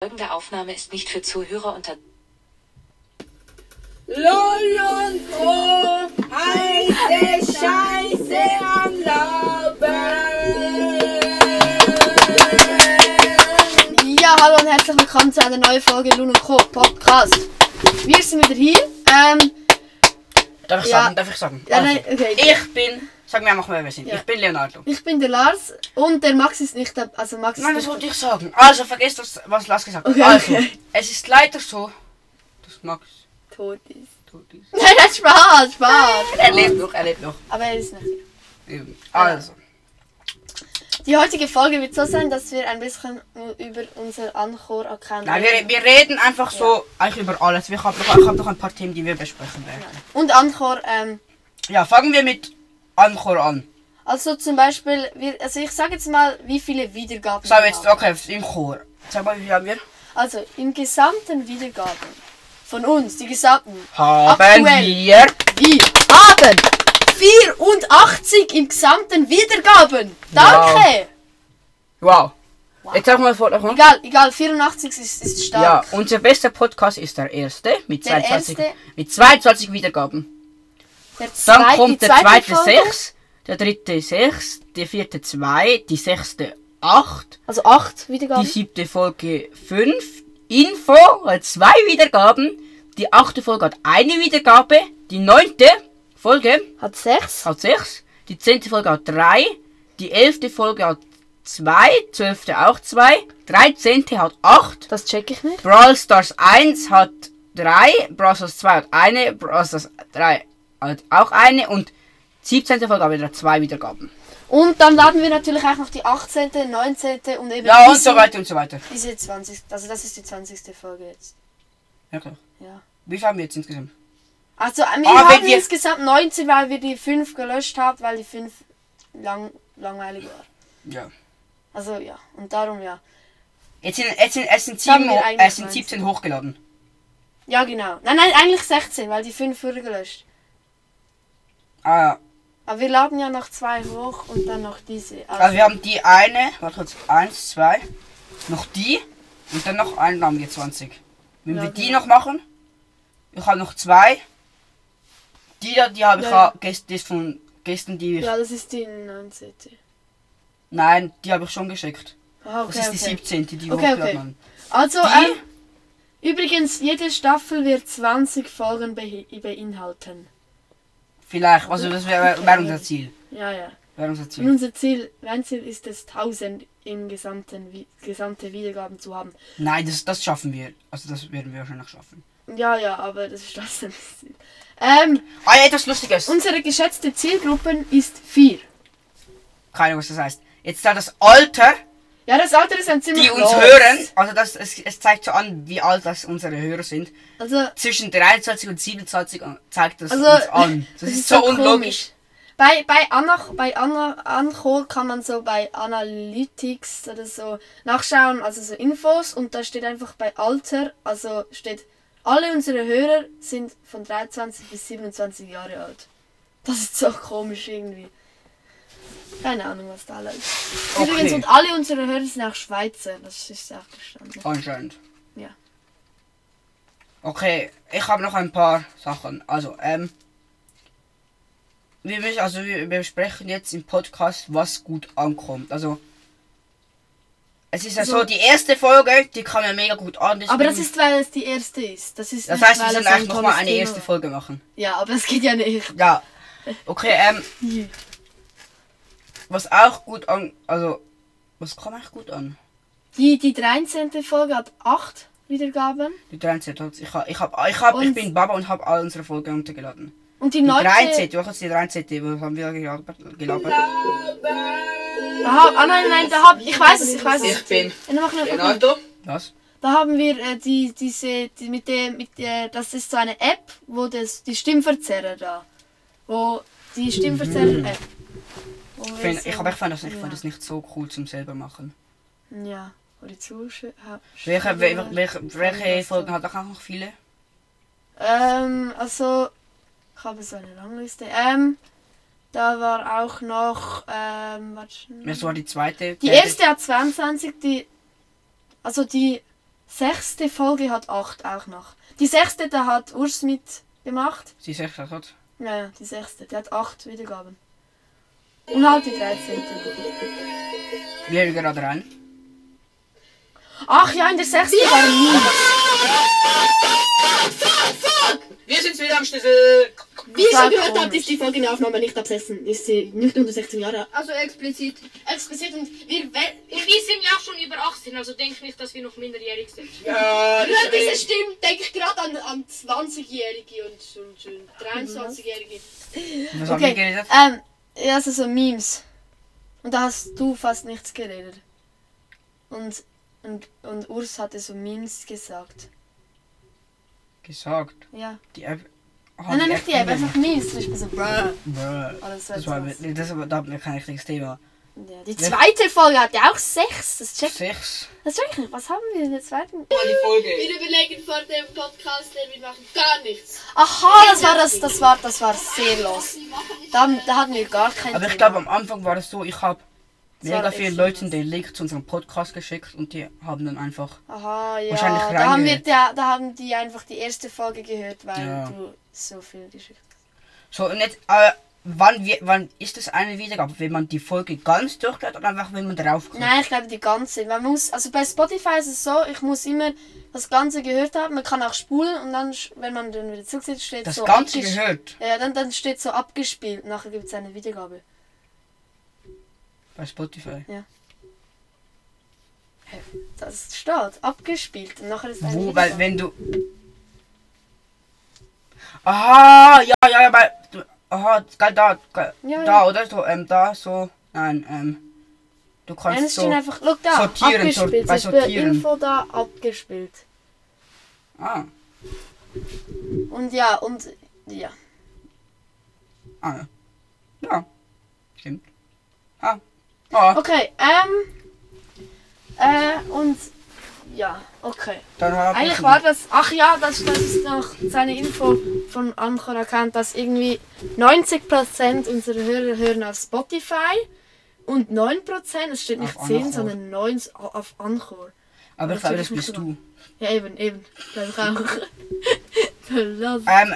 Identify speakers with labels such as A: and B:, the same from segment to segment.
A: folgende Aufnahme ist nicht für Zuhörer unter.
B: Lololo, heiße Scheiße am Laufen.
C: Ja, hallo und herzlich willkommen zu einer neuen Folge Luno Co. Podcast. Wir sind wieder hier. Ähm,
D: Darf ich
C: Ja.
D: sagen? Darf ich sagen?
C: ja, nein,
D: Also,
C: okay.
D: ich bin. Sag mir einfach, wer wir sind.
C: Ja.
D: Ich bin Leonardo.
C: Ich bin der Lars und der Max ist nicht dabei. Also Max ist
D: Nein, das
C: nicht
D: wollte ich sagen. Also vergesst, was, was Lars gesagt hat.
C: Okay,
D: also,
C: okay.
D: es ist leider so, dass Max
C: tot ist.
D: tot ist.
C: Nein, das ist Spaß, Spaß.
D: Er lebt noch, er lebt noch.
C: Aber er ist nicht hier.
D: Eben. Also,
C: Die heutige Folge wird so sein, dass wir ein bisschen über unser Anchor-Account
D: nein, wir, wir reden einfach so eigentlich über alles. Wir haben noch, ich hab noch ein paar Themen, die wir besprechen werden.
C: Und Anchor, ähm,
D: Ja, fangen wir mit Anchor an.
C: also zum Beispiel, wir, also ich sage jetzt mal, wie viele Wiedergaben
D: So,
C: wir
D: jetzt,
C: haben.
D: okay, im Chor. Sag mal, wie viel haben wir?
C: Also im gesamten Wiedergaben von uns, die gesamten,
D: Haben
C: Aktuell.
D: wir.
C: Wir haben 84 im gesamten Wiedergaben. Danke.
D: Wow. Jetzt sag mal vor, komm.
C: Egal, egal, 84 ist, ist
D: Ja,
C: stark.
D: unser bester Podcast ist der erste mit
C: Der
D: 22,
C: erste.
D: Mit 22 Wiedergaben.
C: Der
D: Dann
C: zweit-
D: kommt
C: die
D: der zweite
C: Folge-
D: 6, der dritte 6, die vierte 2, die sechste 8,
C: Also 8
D: die
C: Wiedergaben.
D: siebte Folge 5, Info hat 2 Wiedergaben, die achte Folge hat eine Wiedergabe, die neunte Folge
C: hat 6.
D: hat 6, die zehnte Folge hat 3, die elfte Folge hat 2, zwölfte auch 2, 13. hat 8,
C: Das check ich nicht.
D: Brawl Stars 1 hat 3, Brawl Stars 2 hat eine, Brawl Stars 3 hat auch eine und 17. Folge haben wir wieder zwei Wiedergaben.
C: Und dann laden wir natürlich auch noch die 18., 19. und eben
D: Ja, und
C: diese,
D: so weiter und so weiter.
C: diese 20. Also das ist die 20. Folge jetzt.
D: Okay.
C: Ja.
D: Wie viel haben wir jetzt insgesamt?
C: Also wir
D: Aber
C: haben
D: wir-
C: insgesamt 19, weil wir die 5 gelöscht haben, weil die 5 lang, langweilig war.
D: Ja.
C: Also ja, und darum ja.
D: Jetzt sind, jetzt sind, es sind,
C: Haben
D: sieben,
C: wir
D: ho-
C: eigentlich
D: es sind
C: 19.
D: 17 hochgeladen.
C: Ja, genau. Nein, nein, eigentlich 16, weil die 5 wurden gelöscht.
D: Ah,
C: Aber wir laden ja noch zwei hoch und dann noch diese. Also,
D: also wir haben die eine, warte kurz, 1, 2, noch die und dann noch einen haben wir 20. Wenn
C: Ja,
D: wir die
C: genau.
D: noch machen, ich habe noch zwei. Die da, die habe ich
C: Ja, ja.
D: ja. gestern, die ist von gestern, die ich,
C: ja, das ist die 19.
D: nein, die habe ich schon geschickt.
C: Ah, okay,
D: Das ist
C: okay.
D: die 17. die wir
C: Okay, okay.
D: hochgeladen haben.
C: Also,
D: Die?
C: ähm, übrigens, jede Staffel wird 20 Folgen behi- beinhalten.
D: Vielleicht,
C: Hm.
D: also das wäre
C: Okay.
D: wär unser Ziel.
C: Ja, ja.
D: Wär unser
C: Und
D: Ziel.
C: unser Ziel, mein Ziel ist es, 1000 im gesamten Wi- gesamte Wiedergaben zu haben.
D: Nein, das, das schaffen wir. Also das werden wir wahrscheinlich schaffen.
C: Ja, ja, aber das ist trotzdem das Ziel. Ähm,
D: Ah ja, etwas Lustiges.
C: unsere geschätzte Zielgruppe ist 4.
D: Keine Ahnung, was das heißt. Jetzt da das Alter,
C: Ja, das Alter ist ein ziemlich
D: die uns
C: groß.
D: hören, also das, es, es zeigt so an, wie alt das unsere Hörer sind.
C: Also,
D: Zwischen 23 und 27 an- zeigt das
C: Also,
D: uns an. Das, ist, so unlogisch.
C: komisch. Bei, bei, Anna, bei Anna, Anchor kann man so bei Analytics oder so nachschauen, also so Infos und da steht einfach bei Alter, also steht, alle unsere Hörer sind von 23 bis 27 Jahre alt. Das ist so komisch irgendwie. Keine Ahnung, was da läuft.
D: Okay.
C: Übrigens, und alle unsere Hörer sind auch Schweizer, das ist auch gestanden.
D: Anscheinend.
C: Ja.
D: Okay, ich habe noch ein paar Sachen. Also, ähm. Wir müssen, also wir wir besprechen jetzt im Podcast, was gut ankommt. Also. Es ist ja
C: Also-
D: so, die erste Folge, die kam ja mega gut an.
C: Aber das
D: deswegen-
C: ist, weil es die erste ist. Das ist
D: Das
C: nicht,
D: heißt, wir
C: weil
D: müssen
C: es ein
D: eigentlich nochmal
C: tolles
D: eine
C: Thema
D: erste
C: war.
D: Folge machen.
C: Ja, aber das geht ja nicht.
D: Ja. Okay, ähm, was auch gut an. Also. Was kam eigentlich gut an?
C: Die, die 13. Folge hat 8 Wiedergaben.
D: Die 13. hat's- Ich, hab- ich, hab, ich, hab, ich
C: Und-
D: bin Baba und habe alle unsere Folgen runtergeladen.
C: Und die
D: Die
C: 9.
D: 13. Wir machen jetzt die 13. Was haben wir gelabert? gelabert?
C: Da hab, ah nein, nein, da hab, ich weiß es, ich weiß es.
B: bin
C: Ja, dann mach nur-
D: genau. Was?
C: Da haben wir äh, die, diese, die, mit der, mit der, das ist so eine App, wo das, die Stimmverzerrer da, wo die Stimmverzerrer-App. Wo wir
D: Mhm. Ich, find,
C: so-
D: ich, aber ich fand das, ich
C: Ja.
D: fand das nicht so cool zum selber machen.
C: Ja, wo die Zuschauer.
D: Welche, welche, welche, welche Folgen hat auch noch viele?
C: Ähm, also, ich habe so eine Rangliste. Ähm, da war auch noch, ähm, warte.
D: Das war die zweite.
C: Die erste hat 22, die. Also die sechste Folge hat acht auch noch. Die sechste, da hat Urs mitgemacht.
D: Sie sechs hat.
C: Ja, ja, die sechste, die hat acht Wiedergaben. Und halt die 13.
D: Wir hören gerade rein.
C: Ach ja, in der sechsten war Nils.
D: Wir sind wieder am Schlüssel.
E: Wie ihr
C: Sag
E: schon gehört habt,
C: komisch.
E: ist die folgende Aufnahme nicht ab 16. Ist sie nicht unter 16 Jahre
F: Also explizit.
G: explizit und wir, we- und wir sind ja auch schon über 18, also denk nicht, dass wir noch minderjährig sind.
D: Ja,
G: Durch diese Stimmen denke ich gerade an, an 20-Jährige und, und, und 23-Jährige.
D: Was haben wir
C: Okay,
D: geredet?
C: ähm, ja, also so Memes. Und da hast du fast nichts geredet. Und, und, und Urs hatte so Memes gesagt.
D: Gesagt.
C: Ja.
D: Die App. Oh,
C: nein, nein, nicht die App, einfach Memes. Zum Beispiel so, bruh.
D: Bruh.
C: Oder so
D: Das war,
C: etwas.
D: das war, da hatten wir kein richtiges Thema.
C: Ja, die zweite Folge hatte auch sechs. Das checkt.
D: Sechs.
C: Das check ich nicht. Was haben wir in der
D: Oh,
C: zweiten?
G: Wir überlegen vor dem Podcast, denn wir machen gar nichts.
C: Aha, das war das, das war, das war sehr los. Da, haben- da hatten wir gar kein
D: Aber ich
C: Thema.
D: glaube, am Anfang war es so, ich habe
C: Das war
D: mega
C: echt
D: vielen
C: so
D: Leuten
C: was.
D: den Link zu unserem Podcast geschickt und die haben dann einfach.
C: Aha, ja.
D: Wahrscheinlich
C: da, haben wir,
D: reingehört.
C: da, da haben die einfach die erste Folge gehört, weil
D: Ja.
C: du so viel geschickt hast.
D: So, und jetzt, äh, wann, wir, wann ist das eine Wiedergabe? Wenn man die Folge ganz durchhört oder einfach, wenn man draufklickt?
C: Nein, ich glaube die ganze. Man muss, also bei Spotify ist es so, ich muss immer das Ganze gehört haben. Man kann auch spulen und dann, sch- wenn man dann wieder zurücksieht, steht
D: Das
C: so
D: Ganze
C: abgesch-
D: gehört
C: Ja, dann, dann steht so abgespielt. Nachher gibt es eine Wiedergabe.
D: bei Spotify.
C: Das steht abgespielt und nachher ist eine
D: Wo,
C: Wiedergabe.
D: weil wenn du. Aha, ja, ja, ja, bei. Du, aha, geil, da, geil,
C: Ja,
D: da,
C: ja.
D: oder? So, ähm, da, so. Nein, ähm. Du
C: Nein, es
D: kannst
C: steht
D: so.
C: einfach, look da,
D: sortieren,
C: abgespielt.
D: sort- bei
C: Es steht
D: sortieren.
C: Info da abgespielt.
D: Ah,
C: Und ja, und ja.
D: ah, ja. Ja, stimmt. Ah, ah,
C: Okay, ähm. Äh, und ja, okay.
D: dann hab ich-
C: Eigentlich war das, ach ja, das, das ist noch seine Info von Anchor erkannt, dass irgendwie 90% unserer Hörer hören auf Spotify und 9%, es steht nicht
D: Auf
C: 10,
D: Anchor.
C: sondern 9 auf Anchor.
D: Aber ich glaube, das
C: natürlich
D: bist
C: nicht
D: du.
C: Ja, eben, eben, glaube ich auch. Verlass.
D: Ähm,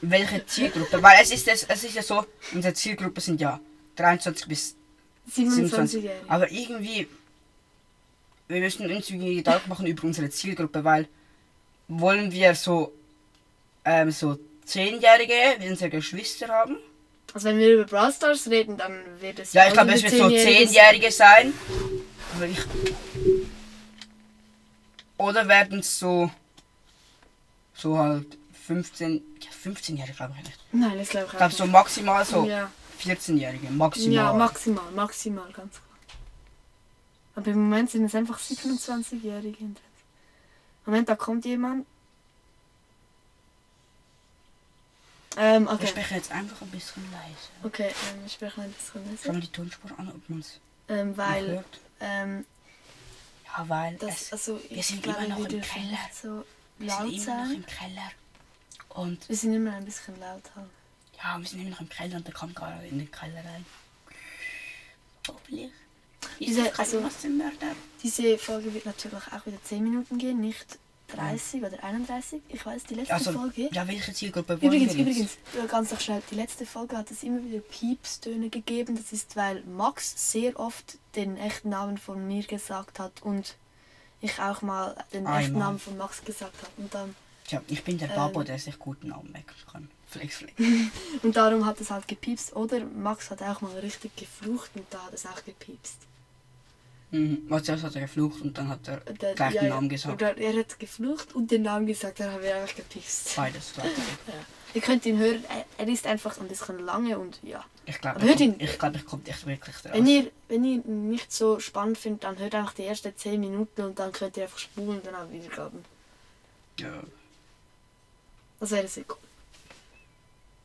D: welche Zielgruppe? Weil es ist, es, es ist ja so, unsere Zielgruppe sind ja 23 bis 27.
C: 27 Jahre.
D: Aber irgendwie, wir müssen uns irgendwie Gedanken machen über unsere Zielgruppe, weil wollen wir so, ähm, so 10-Jährige wie unsere Geschwister haben?
C: Also wenn wir über Brawl Stars reden, dann wird es...
D: Ja, ich glaube,
C: also
D: es
C: mit
D: wird so
C: 10-Jährigen-
D: 10-Jährige sein. Aber ich. Oder werden es so. So halt 15. Ja, 15-Jährige glaube ich nicht.
C: Nein, das glaube ich
D: Ich
C: auch
D: glaube so maximal so.
C: Ja.
D: 14-Jährige, maximal.
C: Ja, maximal, maximal, ganz klar. Aber im Moment sind es einfach 27-Jährige. in der- Moment, da kommt jemand. Ähm,
D: Ich
C: okay.
D: spreche jetzt einfach ein bisschen leise.
C: Okay, ähm, ich spreche mal ein bisschen
D: Schau
C: besser.
D: mal die Tonspur an, ob man es
C: Ähm, weil,
D: hört.
C: ähm,
D: Ja, weil
C: das,
D: es,
C: also,
D: wir sind
C: glaube,
D: immer noch
C: wir
D: im
C: dürfen
D: Keller.
C: nicht so
D: wir sind
C: laut
D: immer noch
C: sein.
D: im Keller. Und
C: Wir sind immer ein bisschen laut halt.
D: ja, wir sind immer noch im Keller und da kommt gerade in den Keller rein. Hoffentlich. Ist
C: Diese-
D: das kein
C: also-
D: Massenmörder?
C: Diese Folge wird natürlich auch wieder 10 Minuten gehen, nicht 30 oder 31. Ich weiß, die letzte
D: Also,
C: Folge.
D: ja, welche Zielgruppe wollen
C: Übrigens,
D: wir jetzt?
C: übrigens, ja, ganz noch schnell, die letzte Folge hat es immer wieder Piepstöne gegeben. Das ist, weil Max sehr oft den echten Namen von mir gesagt hat und ich auch mal den
D: Einmal.
C: echten Namen von Max gesagt habe. Und, dann,
D: Tja, ich bin der Babo,
C: Ähm.
D: der sich guten Namen merken kann. Flex, flex.
C: und darum hat es halt gepiepst. Oder Max hat auch mal richtig geflucht und da hat es auch gepiepst.
D: Mhm. Matthias hat er geflucht und dann hat er
C: Und dann-
D: gleich
C: ja,
D: den
C: ja.
D: Namen gesagt.
C: Oder er hat geflucht und den Namen gesagt, dann haben wir einfach gepiepst.
D: Beides gleichzeitig.
C: Ihr könnt ihn hören, er, er ist einfach ein bisschen lange und ja.
D: Ich glaube,
C: Aber hört ihn- Äh,
D: ich glaube, ich komme echt wirklich drauf.
C: Wenn ihr, wenn ihr ihn nicht so spannend findet, dann hört einfach die ersten 10 Minuten und dann könnt ihr einfach spulen und dann auch wiedergaben.
D: ja,
C: Das wäre sehr cool.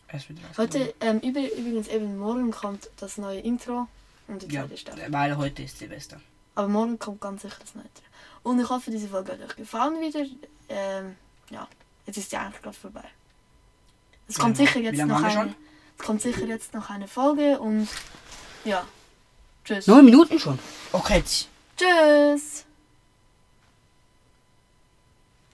D: es wird rauskommen.
C: Heute, ähm, über, übrigens eben morgen kommt das neue Intro und die
D: Ja,
C: zweite Staffel.
D: weil heute ist Silvester.
C: Aber morgen kommt ganz sicher das neue Intro. Und ich hoffe, diese Folge hat euch gefallen wieder. Ähm, ja, jetzt ist die eigentlich gerade vorbei. Es
D: Wie
C: kommt
D: lange-
C: sicher
D: wie
C: jetzt
D: lange
C: noch
D: haben wir
C: eine. Es kommt sicher jetzt noch eine Folge und ja. Tschüss.
D: Neun Minuten schon. Okay, jetzt
C: Tschüss.